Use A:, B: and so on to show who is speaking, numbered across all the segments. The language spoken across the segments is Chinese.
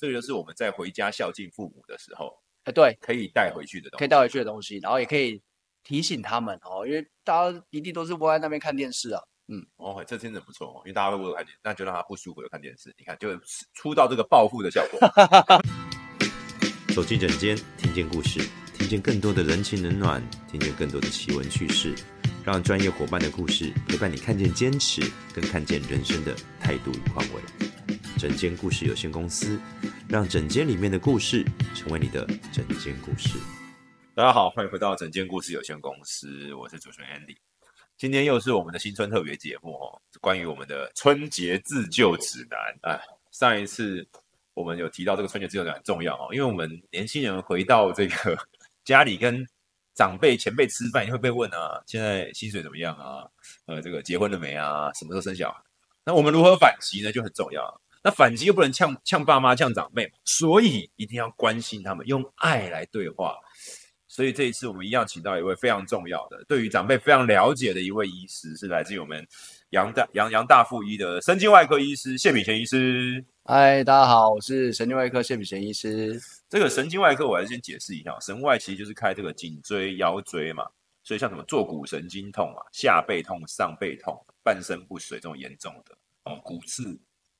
A: 这个就是我们在回家孝敬父母的时候
B: 哎，对，
A: 可以带回去的东
B: 可以
A: 西。
B: 带回去的东西，然后也可以提醒他们哦，因为大家一定都是窝在那边看电视啊。
A: 哦，这真的不错哦，因为大家会不看电视，那就让他不舒服的看电视，你看就会出到这个报复的效果。
C: 走进诊间，听见故事，听见更多的人情冷暖，听见更多的奇闻趣事，让专业伙伴的故事陪伴你看见坚持，跟看见人生的态度与宽慰。诊间故事有限公司，让诊间里面的故事成为你的诊间故事。
A: 大家好，欢迎回到整间故事有限公司，我是主持人 Andy。今天又是我们的新春特别节目哦，关于我们的春节自救指南啊。哎上一次我们有提到这个春节自救指南很重要哦，因为我们年轻人回到这个 家里跟长辈前辈吃饭，你会被问啊，现在薪水怎么样啊？呃，这个结婚了没啊？什么时候生小孩？那我们如何反击呢？就很重要啊。那反击又不能呛呛爸妈、呛长辈嘛，所以一定要关心他们，用爱来对话。所以这一次我们一样请到一位非常重要的，对于长辈非常了解的一位医师，是来自于我们杨大杨杨大附医的神经外科医师谢炳贤医师。
B: 嗨，大家好，我是神经外科谢炳贤医师。
A: 这个神经外科我还是先解释一下，神外其实就是开这个颈椎、腰椎嘛，所以像什么坐骨神经痛啊、下背痛、上背痛、半身不遂这种严重的哦，骨刺，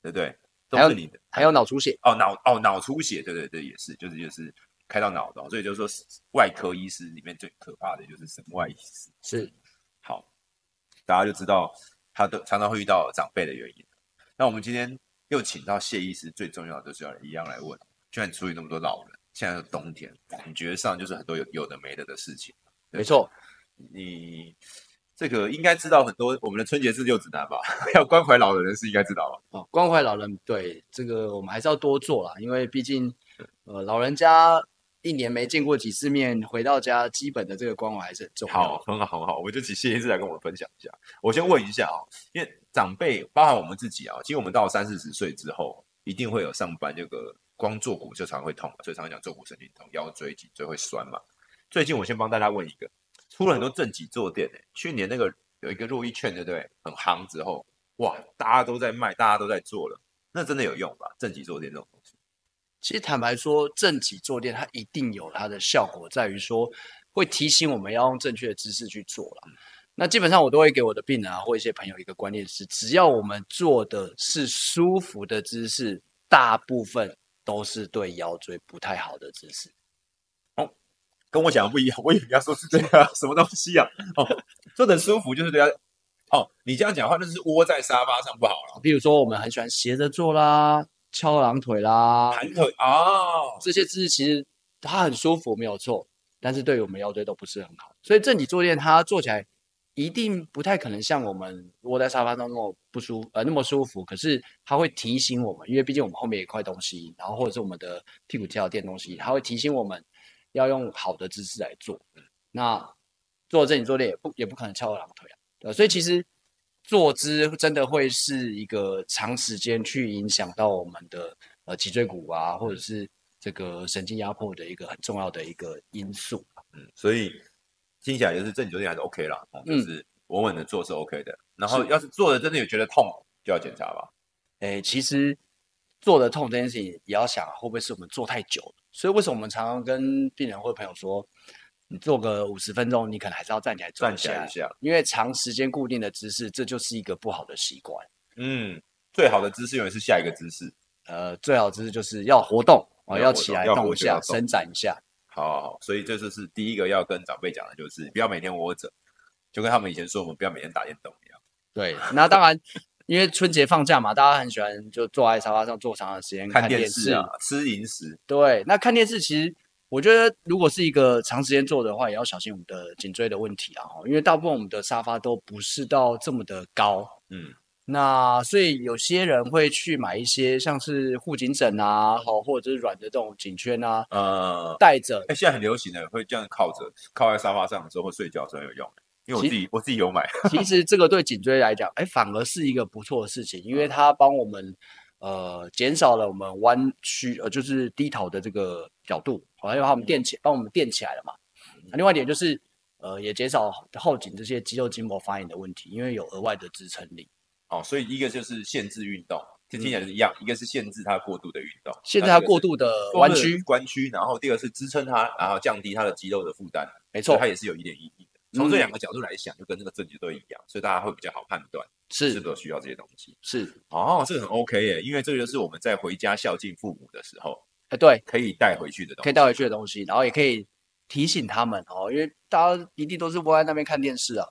A: 对不对？都
B: 还有
A: 是你的。
B: 还有脑出血，
A: 哦，脑哦脑出血，对对对，也是，就是就是开到脑的，所以就是说外科医师里面最可怕的就是神外医师。
B: 是
A: 好，大家就知道他的常常会遇到长辈的原因。那我们今天又请到谢医师，最重要的就是要一样来问，居然处理那么多老人，现在是冬天，感觉上就是很多有有的没的的事情。对
B: 没错。
A: 你这个应该知道很多我们的春节自救指南吧？ 要关怀老人的事应该知道吧？
B: 哦，关怀老人，对这个我们还是要多做啦，因为毕竟呃老人家一年没见过几次面，回到家基本的这个关怀还是很重要的。
A: 好，很好，很好，我就请谢医师来跟我们分享一下。我先问一下啊、因为长辈，包含我们自己啊、其实我们到三四十岁之后，一定会有上班这个光坐骨就常会痛嘛，所以常常讲坐骨神经痛、腰椎、颈椎会酸嘛。最近我先帮大家问一个，出了很多正脊坐垫诶、去年那个有一个弱益券，对不对？很行之后，哇，大家都在卖，大家都在做了，那真的有用吧？正脊坐垫这种东西，
B: 其实坦白说，正脊坐垫它一定有它的效果，在于说会提醒我们要用正确的姿势去做啦。那基本上我都会给我的病人啊或一些朋友一个观念是，只要我们做的是舒服的姿势，大部分都是对腰椎不太好的姿势。
A: 跟我讲的不一样， 我以为你要说是这个什么东西啊？哦，坐得舒服就是对他。哦，你这样讲话那就是窝在沙发上不好了，
B: 比如说我们很喜欢斜着坐啦、翘二郎腿啦，
A: 盘腿哦，
B: 这些姿势其实它很舒服，没有错，但是对于我们腰椎都不是很好。所以正脊坐垫它做起来一定不太可能像我们窝在沙发上那么不舒呃那么舒服，可是它会提醒我们，因为毕竟我们后面有一块东西，然后或者是我们的屁股贴垫东西，它会提醒我们要用好的姿势来做。嗯那做正脊坐垫也不也不可能翘二郎腿啊，呃，所以其实。坐姿真的会是一个长时间去影响到我们的呃脊椎骨啊，或者是这个神经压迫的一个很重要的一个因素。
A: 嗯，所以听起来就是正脊椎垫还是 OK 啦，哦，就是稳稳的坐是 OK 的。然后
B: 是
A: 要是坐的真的有觉得痛，就要检查吧。
B: 诶，其实坐得痛这件事情也要想，会不会是我们坐太久了？所以为什么我们常常跟病人或朋友说，你坐个五十分钟，你可能还是要站起来坐
A: 站起来一下，
B: 因为长时间固定的姿势，这就是一个不好的习惯。
A: 嗯，最好的姿势永远是下一个姿势。
B: 呃，最好的姿势就是要活动哦，
A: 要活
B: 要起
A: 动
B: 来
A: 要
B: 动
A: 活
B: 一
A: 就要
B: 下，
A: 动
B: 伸展一下。
A: 好好好，所以这就是第一个要跟长辈讲的，就是不要每天窝着，就跟他们以前说我们不要每天打电动一样。
B: 对，那当然，因为春节放假嘛，大家很喜欢就坐在沙发上坐长的时间
A: 看
B: 电
A: 电视啊，吃零食，
B: 对，那看电视其实我觉得，如果是一个长时间坐的话，也要小心我们的颈椎的问题啊，哦因为大部分我们的沙发都不是到这么的高，
A: 嗯，
B: 那所以有些人会去买一些像是护颈枕啊，好或者是软的这种颈圈啊，
A: 呃，
B: 带着。
A: 哎、现在很流行的会这样靠着靠在沙发上的时候或睡觉的时候有用，因为我
B: 其
A: 自己我自己有买，
B: 其实这个对颈椎来讲，哎，反而是一个不错的事情，因为它帮我们呃减少了我们弯曲呃就是低头的这个角度，哦好像把我们垫起，帮我们垫起来了嘛。那另外一点就是呃也减少后颈这些肌肉筋膜发炎的问题，因为有额外的支撑力。
A: 哦，所以一个就是限制运动，这听起来是一样，一个是限制它过度的运动，
B: 限制
A: 那
B: 它
A: 这个
B: 过
A: 是
B: 度的
A: 过
B: 弯
A: 度的
B: 曲，
A: 弯曲，然后第二是支撑它，然后降低它的肌肉的负担，
B: 没
A: 所以
B: 错嗯
A: 它，也是有一点意义的。从这两个角度来想，就跟那个正极对一样，所以大家会比较好判断是
B: 是
A: 不是有需要这些东西。
B: 是，
A: 哦，这个很 OK 耶，因为这个就是我们在回家孝敬父母的时候
B: 哎，对，
A: 可以带回去的东
B: 可以
A: 西。
B: 带回去的东西，然后也可以提醒他们哦，因为大家一定都是窝在那边看电视啊。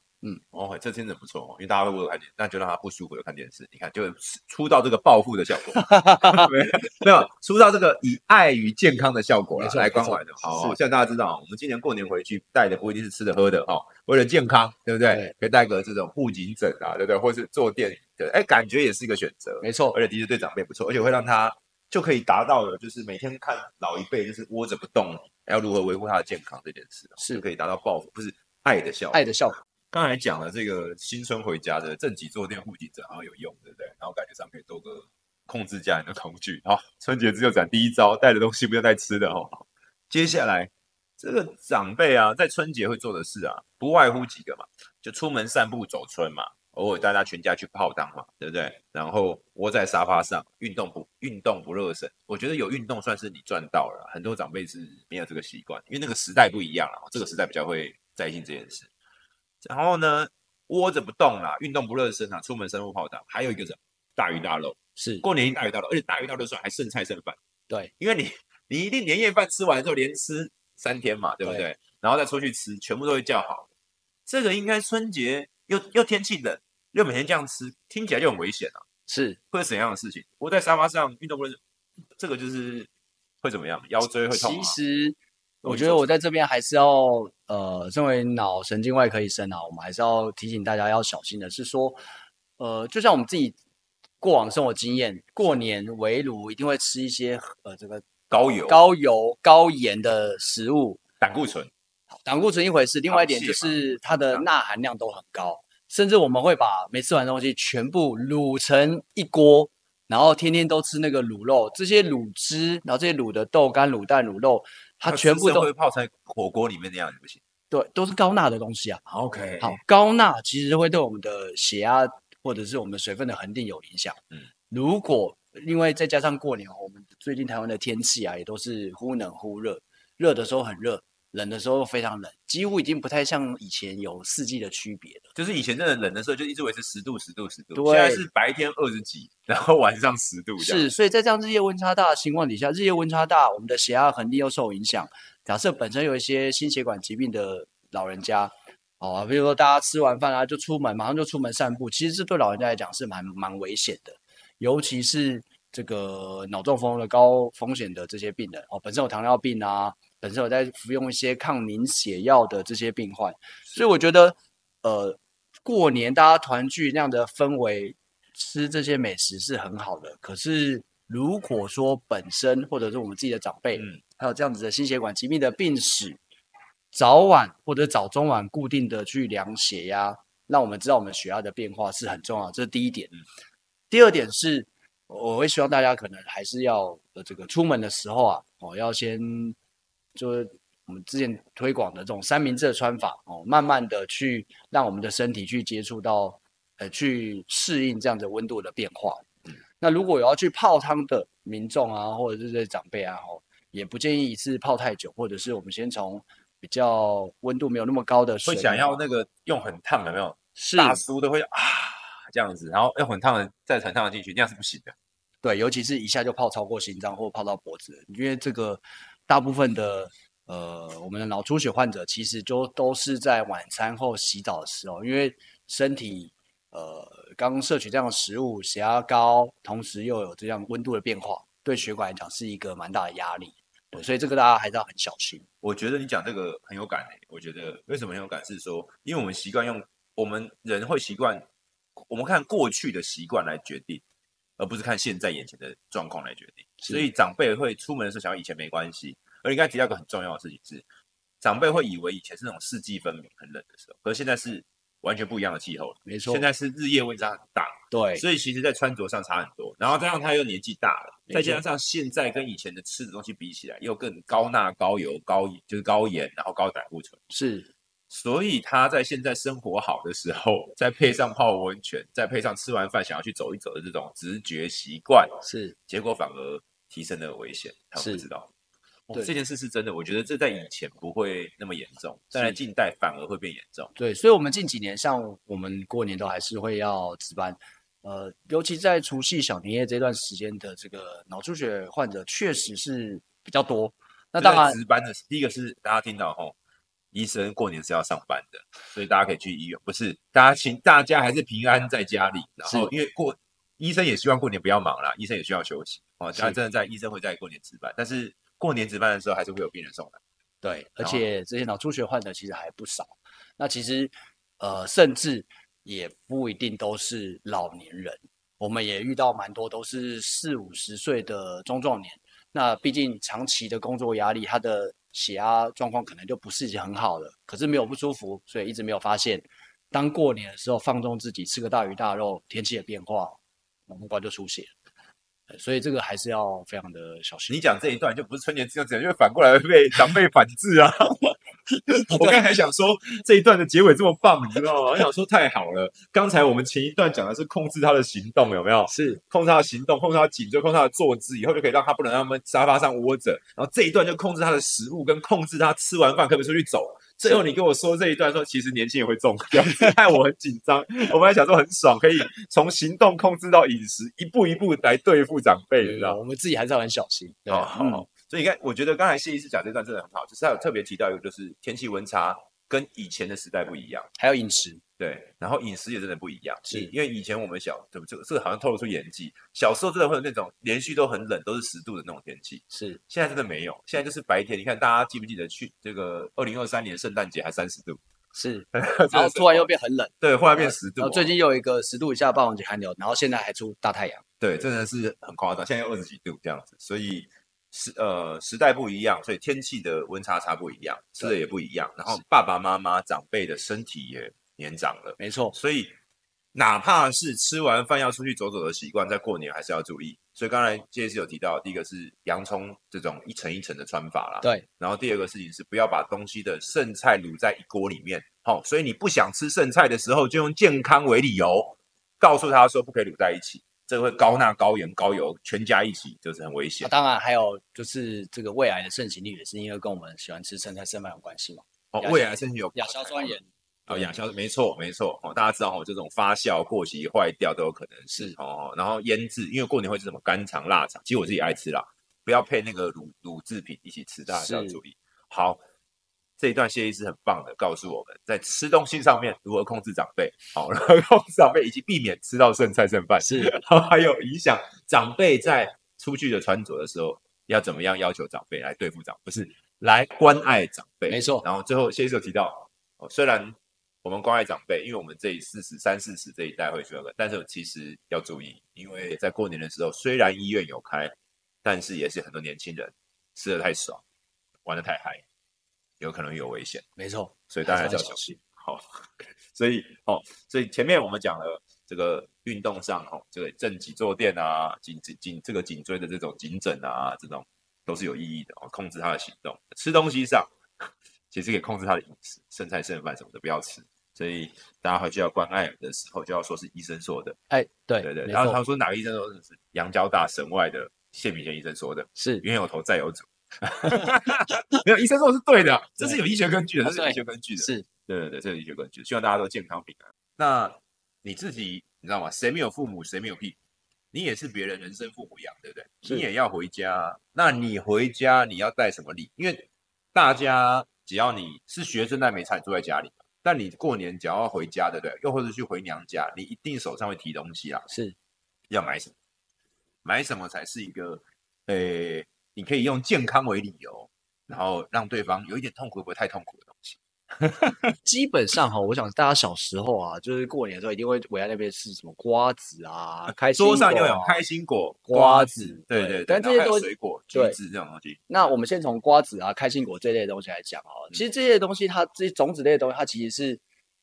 A: 哦，这真的不错哦，因为大家会不会看电那就让他不舒服的看电视。你看，就出到这个报复的效果， 没有没有出到这个以爱与健康的效果了
B: 没，错
A: 来关怀的。
B: 没错
A: 好、哦
B: 是
A: 像大家知道，我们今年过年回去带的不一定是吃的喝的哦，为了健康，对不对？
B: 对
A: 可以带个这种护颈枕啊，对不对？或是坐垫的，哎，感觉也是一个选择。
B: 没错，
A: 而且的确对长辈不错，而且会让他就可以达到了，就是每天看老一辈就是窝着不动，要如何维护他的健康这件事哦，
B: 是
A: 就可以达到报复，不是爱的效果。
B: 爱的效果。
A: 刚才讲了这个新春回家的正脊坐垫护颈枕，好像有用，对不对？然后感觉上可以多个控制家人的工具。好，春节只有展第一招，带的东西不要带吃的哦。接下来这个长辈啊，在春节会做的事啊，不外乎几个嘛，就出门散步走春嘛，偶尔带他全家去泡汤嘛，对不对？然后窝在沙发上运动不运动不热身，我觉得有运动算是你赚到了啦。很多长辈是没有这个习惯，因为那个时代不一样啊了，这个时代比较会在意这件事。然后呢，窝着不动啦，运动不热身啊，出门深入泡汤。还有一个人，大鱼大肉，
B: 是
A: 过年一定大鱼大肉，而且大鱼大肉算还剩菜剩饭。
B: 对，
A: 因为你你一定年夜饭吃完之后连吃三天嘛，对不对？然后再出去吃，全部都会叫好。这个应该春节又又天气冷，又每天这样吃，听起来就很危险啊。
B: 是
A: 会有怎样的事情？窝在沙发上运动不热身，这个就是会怎么样？腰椎会痛
B: 其
A: 吗？哦
B: 实我
A: 容易
B: 觉得
A: 受
B: 我在这边还是要呃，身为脑神经外科医生啊，我们还是要提醒大家要小心的，是说呃，就像我们自己过往生活经验，过年围炉一定会吃一些呃这个
A: 高油、
B: 高油高盐的食物，
A: 胆固醇，
B: 胆固醇一回事，另外一点
A: 糖
B: 就
A: 蟹嘛嗯
B: 是它的钠含量都很高，甚至我们会把没吃完的东西全部卤成一锅，然后天天都吃那个卤肉，这些卤汁，然后这些卤的豆干、卤蛋、卤肉，它全部都
A: 会泡在火锅里面那样，不行。
B: 对，都是高钠的东西啊。
A: OK，
B: 好，高钠其实会对我们的血压或者是我们水分的恒定有影响。
A: 嗯
B: 嗯，如果因为再加上过年哦，我们最近台湾的天气啊，也都是忽冷忽热，热的时候很热，冷的时候非常冷，几乎已经不太像以前有四季的区别了。
A: 就是以前真的冷的时候，就一直维持十度、十度、十度。
B: 对
A: 现在是白天二十几，然后晚上十度这样。
B: 是，所以在这样日夜温差大的情况底下，日夜温差大，我们的血压恒定又受影响。假设本身有一些心血管疾病的老人家，哦，比如说大家吃完饭啊就出门，马上就出门散步，其实这对老人家来讲是蛮蛮危险的，尤其是这个脑中风的高风险的这些病人哦，本身有糖尿病啊，本身有在服用一些抗凝血药的这些病患，所以我觉得，呃，过年大家团聚那样的氛围，吃这些美食是很好的。可是如果说本身或者是我们自己的长辈，
A: 嗯
B: 还有这样子的心血管疾病的病史，早晚或者早中晚固定的去量血压，让我们知道我们血压的变化是很重要的，这是第一点
A: 嗯。
B: 第二点是，我会希望大家可能还是要呃这个出门的时候啊，哦要先就是我们之前推广的这种三明治的穿法哦，慢慢的去让我们的身体去接触到呃去适应这样的温度的变化。嗯那如果有要去泡汤的民众啊，或者是这些长辈啊，哦，也不建议一次泡太久，或者是我们先从比较温度没有那么高的水
A: 会
B: 里
A: 想要那个用很烫的，有没有？
B: 是
A: 大叔都会啊这样子，然后用很烫的再很烫的进去，那样是不行的。
B: 对，尤其是一下就泡超过心脏或泡到脖子，因为这个大部分的呃，我们的脑出血患者其实就都是在晚餐后洗澡的时候，因为身体呃刚摄取这样的食物，血压高，同时又有这样温度的变化，对血管来讲是一个蛮大的压力。对，所以这个大家还是要很小心。
A: 我觉得你讲这个很有感、欸、我觉得为什么很有感是说，因为我们习惯用我们人会习惯，我们看过去的习惯来决定，而不是看现在眼前的状况来决定。
B: 是
A: 所以长辈会出门的时候想要以前没关系，而你刚才提到一个很重要的事情是，长辈会以为以前是那种四季分明、很冷的时候，可是现在是完全不一样的气候了。
B: 没错
A: 现，在是日夜温差很大，
B: 对，
A: 所以其实，在穿着上差很多，然后再加上他又年纪大了，
B: 没错
A: 再加上现在跟以前的吃的东西比起来，又更高钠、高油、高就是高盐，然后高胆固醇，
B: 是
A: 所以他在现在生活好的时候，再配上泡温泉，再配上吃完饭想要去走一走的这种直觉习惯，
B: 是
A: 结果反而提升了危险，他们不
B: 是
A: 知道。哦
B: 对
A: 这件事是真的，我觉得这在以前不会那么严重，但在
B: 是
A: 近代反而会变严重。
B: 对，所以我们近几年像我们过年都还是会要值班，呃，尤其在除夕小年夜这段时间的这个脑出血患者确实是比较多。那
A: 就在
B: 当然，
A: 值班的第一个是大家听到吼，医生过年是要上班的，所以大家可以去医院，不是？大家请大家还是平安在家里，然后因为过医生也希望过年不要忙啦，医生也需要休息哦。
B: 是
A: 家真的在医生会在过年值班，但是过年值班的时候还是会有病人送来，
B: 对，而
A: 然后
B: 且这些脑出血患者其实还不少。那其实，呃，甚至也不一定都是老年人，我们也遇到蛮多都是四五十岁的中壮年。那毕竟长期的工作压力，他的血压状况可能就不是已经很好了，可是没有不舒服，所以一直没有发现。当过年的时候放纵自己吃个大鱼大肉，天气的变化，脑部管就出血了。呃所以这个还是要非常的小心。
A: 你讲这一段就不是春节自由因为反过来会被长辈反制啊！我刚才还想说这一段的结尾这么棒，你知道吗？我想说太好了。刚才我们前一段讲的是控制他的行动，有没有？
B: 是
A: 控制他的行动，控制他的颈椎，控制他的坐姿，以后就可以让他不能让他们沙发上窝着。然后这一段就控制他的食物，跟控制他吃完饭可不可以出去走。最后你跟我说这一段说，其实年轻也会中，这样子害我很紧张。我本来想说很爽，可以从行动控制到饮食，一步一步来对付长辈，你知道吗？
B: 我们自己还是要很小心。对，
A: 哦，好
B: 嗯
A: 好。所以你看，我觉得刚才谢医师讲这段真的很好，就是他有特别提到一个，就是天气温差跟以前的时代不一样。
B: 还有饮食，
A: 对，然后饮食也真的不一样，
B: 是
A: 因为以前我们小，对不？这个这个好像透露出演技。小时候真的会有那种连续都很冷，都是十度的那种天气，
B: 是
A: 现在真的没有，现在就是白天。你看大家记不记得去这个二零二三年圣诞节还三十 度，
B: 是，
A: 真的
B: 然后
A: 是
B: 突然又变很冷，
A: 对，忽然变十度
B: 然
A: 哦、
B: 后呃最近又有一个十度以下霸王级寒流，然后现在还出大太阳，
A: 对，真的是很夸张，现在又二十几度这样子，所以时呃时代不一样，所以天气的温差差不一样，吃的
B: 对
A: 也不一样，然后爸爸妈妈长辈的身体也年长了，
B: 没错，
A: 所以哪怕是吃完饭要出去走走的习惯，在过年还是要注意。所以刚才杰是有提到，第一个是洋葱这种一层一层的穿法啦，
B: 对，
A: 然后第二个事情是不要把东西的剩菜卤在一锅里面。好、所以你不想吃剩菜的时候，就用健康为理由，告诉他说不可以卤在一起，这会高钠、高盐、高油，全家一起就是很危
B: 那
A: 险。
B: 啊当然还有就是这个胃癌的盛行率也是因为跟我们喜欢吃生菜生饭有关系嘛，
A: 哦
B: 亚，
A: 胃
B: 硝
A: 癌甚至有
B: 亚硝酸盐
A: 哦，亚硝没错没错哦，大家知道哦，这种发酵、过期、坏掉都有可能是
B: 是
A: 哦。然后腌制，因为过年会吃什么干肠、腊肠，其实我自己爱吃啦，不要配那个乳乳制品一起吃，大家还是要
B: 是
A: 注意。好，这一段谢医师很棒的告诉我们，在吃东西上面如何控制长辈，哦好、 如何控制长辈，以及避免吃到剩菜剩饭，
B: 是
A: 然后还有影响长辈在出去的穿着的时候，要怎么样要求长辈来对付长，不是来关爱长辈，
B: 没错
A: 然后最后谢医师有提到，哦，虽然我们关爱长辈，因为我们这一四十三四十这一代会觉得，但是其实要注意，因为在过年的时候，虽然医院有开，但是也是很多年轻人吃的太爽，玩的太嗨，有可能有危险。
B: 没错，
A: 所以大家还是要小心。好，所以哦，所以前面我们讲了这个运动上哦，这个正脊坐垫啊，颈颈颈这个颈椎的这种颈枕啊，这种都是有意义的哦，控制他的行动。吃东西上，其实可以控制他的饮食，剩菜剩饭什么的不要吃。所以大家回去要关爱的时候，就要说是医生说的，
B: 哎，对
A: 对对。
B: 没
A: 然后他
B: 错，
A: 说哪个医生说的是杨交大省外的谢炳贤医生说的，
B: 是
A: 冤有头债有主。 没有，医生说的是对的，这是有医学根据的，这是有医学根据的。
B: 是，
A: 对对对，这是医学根据，希望大家都健康平安。那你自己你知道吗？谁没有父母，谁没有屁股？你也是别人人生父母养，对不对？
B: 是
A: 你也要回家啊，那你回家你要带什么礼？因为大家只要你是学生，但没差，你住在家里嘛。但你过年只要回家，对不对？又或者去回娘家，你一定手上会提东西啊。
B: 是
A: 要买什么，买什么才是一个，呃，你可以用健康为理由，然后让对方有一点痛苦，不太痛苦的东西。
B: 基本上哈，我想大家小时候啊，就是过年的时候一定会围在那边吃什么瓜子啊，开心
A: 桌上
B: 果
A: 又有
B: 啊
A: 开心果、
B: 瓜子
A: 对
B: 对
A: 对对，
B: 但
A: 然后
B: 这些
A: 还有
B: 都
A: 水果、橘
B: 对
A: 子这种东西，
B: 那我们先从瓜子啊、开心果这类的东西来讲哦。其实这些东西它，这些种子类的东西，它其实是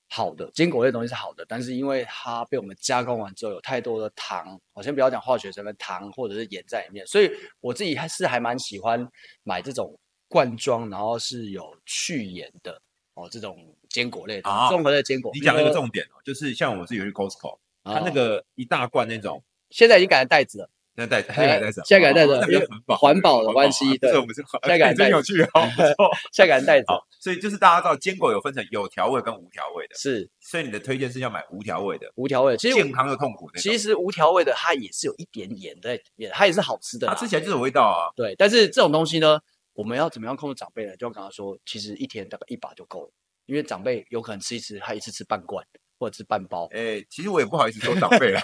B: 好的，坚果类的东西是好的，但是因为它被我们加工完之后，有太多的糖，我先不要讲化学成分，糖或者是盐在里面，所以我自己还是还蛮喜欢买这种罐装，然后是有去盐的哦，这种坚果类的
A: 啊
B: 综合类坚果。
A: 你讲那
B: 比
A: 个
B: 如说，
A: 重点哦，就是像我是有去 Costco，它
B: 啊
A: 那个一大罐那种，
B: 现在已经改成袋子了，
A: 那袋它改袋子，
B: 现在改袋子
A: 哦那比较
B: 因为
A: 环保，
B: 环保的关系对
A: 这我 们是环
B: 现在改袋子
A: 真有趣 哦，不错
B: 现在改成袋子
A: 好，所以就是大家知道坚果有分成有调味跟无调味的，
B: 是
A: 所以你的推荐是要买无调味的，
B: 无调味的。其实
A: 健
B: 我
A: 康又痛苦那种，
B: 其实无调味的它也是有一点盐在里面，它也是好吃的啦
A: 它。吃起来就是有味道啊。
B: 对，但是这种东西呢，我们要怎么样控制长辈呢？就要跟他说，其实一天大概一把就够了，因为长辈有可能吃一吃，他一次吃半罐或者吃半包。
A: 哎，其实我也不好意思说长辈了，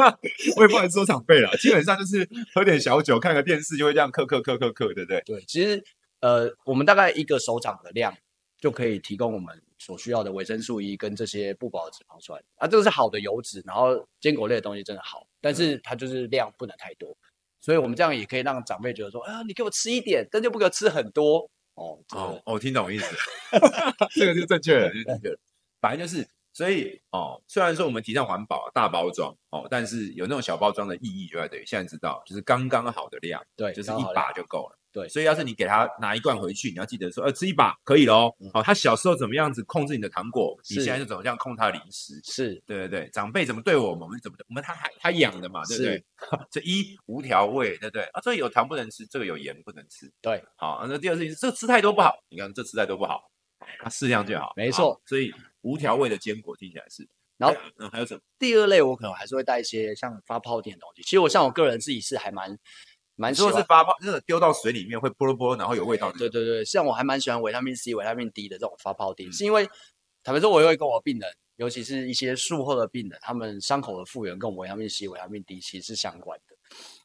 A: 我也不好意思说长辈了。基本上就是喝点小酒，看个电视，就会这样嗑嗑嗑嗑嗑，对不对？
B: 对，其实呃，我们大概一个手掌的量就可以提供我们所需要的维生素 E 跟这些不饱和脂肪酸啊，这个是好的油脂，然后坚果类的东西真的好，但是它就是量不能太多，所以我们这样也可以让长辈觉得说啊，你给我吃一点，但就不给我吃很多哦。这个
A: 哦，我听懂意思， 这个就正确了，就正确了。反正就是，所以哦，虽然说我们提倡环保、大包装哦，但是有那种小包装的意义就在这里。现在知道，就是刚刚好的量，
B: 对，
A: 就是
B: 刚
A: 一
B: 好量
A: 把就够了。
B: 对
A: 所以要是你给他拿一罐回去，你要记得说，呃，吃一把可以喽
B: 嗯。
A: 哦，他小时候怎么样子控制你的糖果，你
B: 是
A: 现在就怎么样控制他的零食。
B: 是
A: 对对对，长辈怎么对我们，我们怎么我们他还他养的嘛，对不对？ 这一无调味，对不对？啊，这个有糖不能吃，这个有盐不能吃。
B: 对，
A: 好，啊那第二事情，这吃太多不好。你看这吃太多不好，它适量就好。
B: 没错
A: 好，所以无调味的坚果听起来是。
B: 然后
A: 哎， 嗯，还有什么？
B: 第二类，我可能还是会带一些像发泡点的东西。其实我像我个人自己是还蛮蛮
A: 你
B: 喜
A: 说
B: 欢
A: 的是发泡，那个丢到水里面会波噜波噜，然后有味道的。
B: 对对对，像我还蛮喜欢维他命 C、维他命 D 的这种发泡锭，是因为坦白说，我也会跟我病人，尤其是一些术后的病人，他们伤口的复原跟我维他命 C、维他命 D 其实是相关的。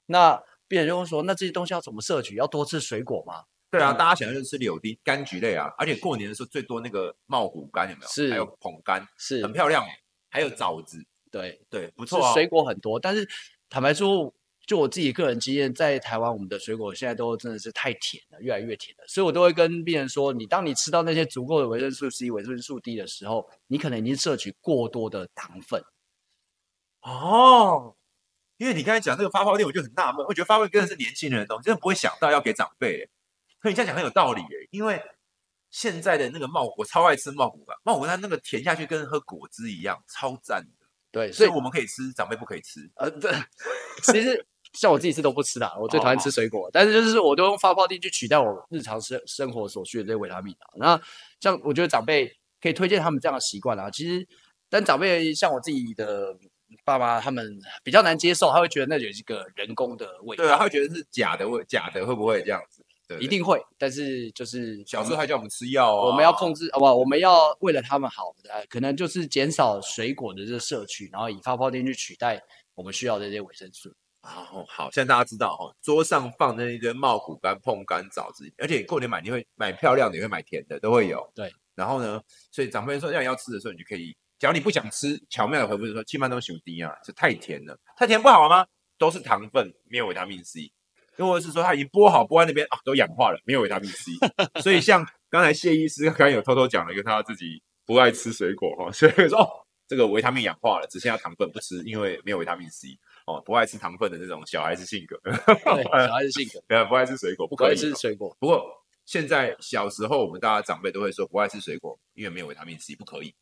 B: 那病人就会说，那这些东西要怎么摄取？要多吃水果吗？
A: 对
B: 嗯
A: 啊，大家想要就是吃柳丁、柑橘类啊，而且过年的时候最多那个茂谷柑有没有？
B: 是
A: 还有捧柑，
B: 是
A: 很，漂亮哎。还有枣子，
B: 对，
A: 对，不
B: 是
A: 错啊。
B: 水果很多，但是坦白说，就我自己个人经验，在台湾我们的水果现在都真的是太甜了，越来越甜了，所以我都会跟病人说，你当你吃到那些足够的维生素 C、维生素 D 的时候，你可能已经摄取过多的糖分。
A: 哦，因为你刚才讲这个发泡店，我就很纳闷，我觉得发泡店真的是年轻人的东西，真的不会想到要给长辈耶。所以你这样讲很有道理耶，因为现在的那个茂谷，我超爱吃茂谷吧，茂谷它那个甜下去跟喝果汁一样，超赞的。
B: 对，所
A: 所以
B: 以
A: 我们可以吃，长辈不可以吃。
B: 呃，这其实像我自己是都不吃的啊，我
A: 哦
B: 最讨厌吃水果，但是就是我都用发泡锭去取代我日常生生活所需的这些维他命啊。那像我觉得长辈可以推荐他们这样的习惯啊。其实，但长辈像我自己的爸妈，他们比较难接受，他会觉得那有一个人工的味道，
A: 对啊，他会觉得是假的，会假的会不会这样子？对不对
B: 一定会。但是就是嗯
A: 小时候还叫我们吃药啊，
B: 我们要控制，哦不，我们要为了他们好，呃，可能就是减少水果的这个摄取，然后以发泡锭去取代我们需要的这些维生素。
A: 哦，好，现在大家知道哦，桌上放的那一堆茂谷柑、碰柑、枣子，而且过年买你会买漂亮的，你会买甜的，都会有。
B: 对，
A: 然后呢，所以长辈说让你要吃的时候，你就可以，假如你不想吃，巧妙的回复说，基本上都熊低啊，这太甜了，太甜不好吗？都是糖分，没有维他命 C，又或者是说它已经剥好剥在那边啊，都氧化了，没有维他命 C。所以像刚才谢医师刚刚有偷偷讲了一个他自己不爱吃水果哈、哦，所以说哦，这个维他命氧化了，只剩下糖分不吃，因为没有维他命 C。哦，不爱吃糖分的那种小孩子性格，
B: 对，
A: 哎
B: 小孩子性格。
A: 对，啊不爱吃水果，不
B: 不
A: 可
B: 会
A: 以
B: 吃
A: 哦。
B: 水果，
A: 不过现在小时候，我们大家长辈都会说不爱吃水果，因为没有维他命 C，不可以。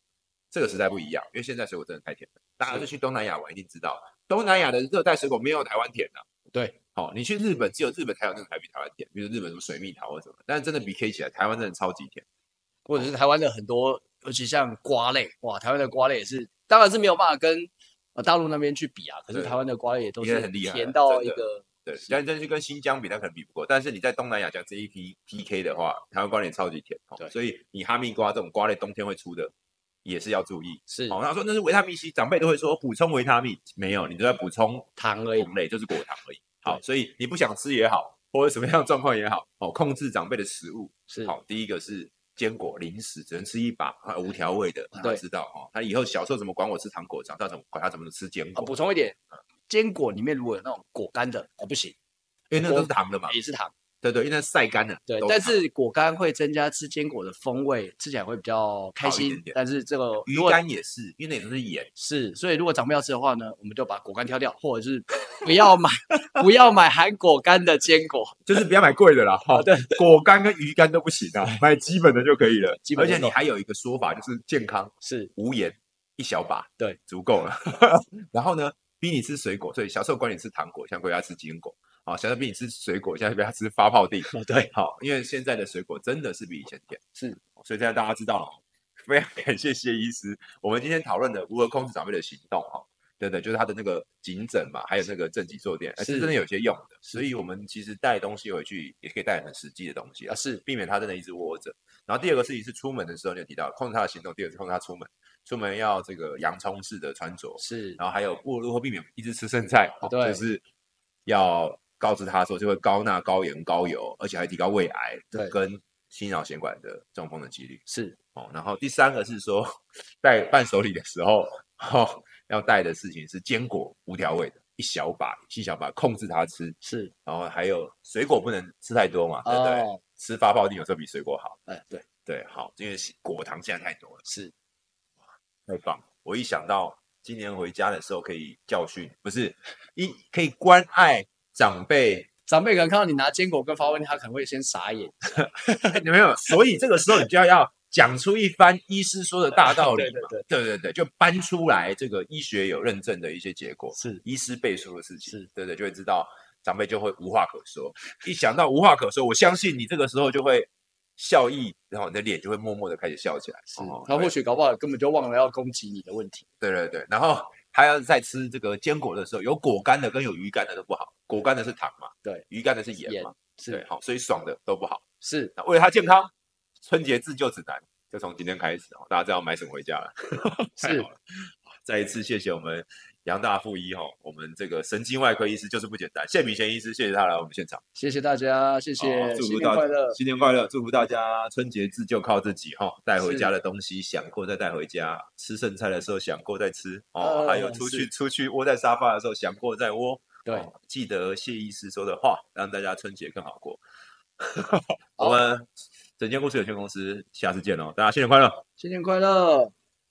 A: 这个时代不一样，因为现在水果真的太甜了。大家就去东南亚玩，一定知道东南亚的热带水果没有台湾甜的、
B: 对，
A: 好、你去日本只有日本才有那个台比台湾甜，比如日本什么水蜜桃或什么，但是真的比 K 起来，台湾真的超级甜。
B: 或
A: 哦
B: 者是台湾的很多，尤其像瓜类，哇，台湾的瓜类也是，当然是没有办法跟呃大陆那边去比啊。可是
A: 对
B: 台湾的瓜类也都
A: 也
B: 是
A: 很厉害啊
B: 甜到
A: 真
B: 一
A: 的
B: 个
A: 对，但真是跟新疆比，它可能比不过。但是你在东南亚讲这一批 PK 的话，台湾瓜也超级甜、
B: 对
A: 哦，所以你哈密瓜这种瓜类冬天会出的，也是要注意。
B: 是
A: 好、哦，他说那是维他命 C，长辈都会说补充维他命，没有，你都在补充
B: 糖而已。
A: 糖类，就是果糖而已。好，所以你不想吃也好，或者什么样的状况也好，哦，控制长辈的食物。
B: 是
A: 好，第一个是坚果零食，只能吃一把，啊无调味的，让他
B: 对
A: 知道哦。他以后小时候怎么管我吃糖果，长大怎么管他怎么吃坚
B: 啊，
A: 果，
B: 补充一点，坚果里面如果有那种果干的，哦不行，
A: 因为那个都是糖的嘛。
B: 也是糖。
A: 对对，因为晒干了。
B: 对
A: 都，
B: 但
A: 烫
B: 是果干会增加吃坚果的风味，吃起来会比较开
A: 好一
B: 心。
A: 点点
B: 但是这个
A: 鱼
B: 如果
A: 干也是，因为那也都是盐。
B: 是，所以如果长辈要吃的话呢，我们就把果干挑掉，或者是不要买 不要买含果干的坚果。
A: 就是不要买贵的啦， 哈、对，果干跟鱼干都不行啊，买基本的就可以了。
B: 基
A: 而
B: 本的
A: 且
B: 够
A: 你还有一个说法，就是健康
B: 是
A: 无盐一小把，
B: 对，
A: 足够了。 然后呢，逼你吃水果，所以小时候管你吃糖果，现在规定要吃坚果。啊，小时候逼你吃水果，现在被他吃发泡锭。
B: 哦对，
A: 好，因为现在的水果真的是比以前甜，
B: 是，
A: 所以现在大家知道了。非常感谢谢医师，我们今天讨论的如何控制长辈的行动，哈，对对，就是他的那个颈枕嘛，还有那个正脊坐垫，哎，是
B: 是
A: 真的有些用的。所以我们其实带东西回去，也可以带很实际的东西啊，
B: 啊是
A: 避免他真的一直窝着。然后第二个事情是出门的时候，你有提到控制他的行动，第二个是控制他出门，出门要这个洋葱式的穿着，
B: 是
A: 然后还有不如何避免一直吃剩菜，哦
B: 对
A: 就是要告知他说这会高钠、高盐、高油，而且还提高胃癌
B: 对
A: 跟心脑血管的中风的几率
B: 是
A: 哦。然后第三个是说，带伴手礼的时候，哦、要带的事情是坚果无调味的，一小把一小把控制他吃，
B: 是
A: 然后还有水果不能吃太多嘛，对不对？
B: 哦，
A: 吃发泡锭有时候比水果好，
B: 哎对
A: 对，好，因为果糖现在太多了。
B: 是
A: 太棒！我一想到今年回家的时候可以教训，不是一可以关爱长辈，
B: 长辈可能看到你拿坚果跟发问，他可能会先傻眼。
A: 有哎没有？所以这个时候你就要要讲出一番医师说的大道理
B: 对对
A: 嘛
B: 对，
A: 对对对，就搬出来这个医学有认证的一些结果，
B: 是
A: 医师背书的事情，
B: 是
A: 对对，就会知道长辈就会无话可说。一想到无话可说，我相信你这个时候就会笑意，然后你的脸就会默默的开始笑起来。
B: 是
A: 哦，
B: 他
A: 对
B: 或许搞不好根本就忘了要攻击你的问题。
A: 对对对，然后还要在吃这个坚果的时候，有果干的跟有鱼干的都不好，果干的是糖嘛，
B: 对，
A: 鱼干的是盐嘛，对，
B: 是
A: 好，所以爽的都不好。
B: 是
A: 那为了他健康，春节自救指南就从今天开始哦，大家知道买什么回家了。太
B: 是
A: 好了再一次谢谢我们杨大富医哦，我们这个神经外科医师就是不简单，谢敏贤医师，谢谢他来我们现场。
B: 谢谢大家，谢
A: 哦
B: 谢，
A: 祝
B: 新
A: 福
B: 年
A: 大
B: 快乐，
A: 新年快乐！祝福大家春节自救靠自己哈、哦，带回
B: 是
A: 家的东西想过再带回家，吃剩菜的时候想过再吃哦，
B: 呃
A: 还有出去
B: 是
A: 出去窝在沙发的时候想过再窝。
B: 对
A: 哦记得谢医师说的话，让大家春节更好过。 我
B: 好
A: 们整间故事有限公司下次见哦，大家新年快乐！
B: 新年快乐。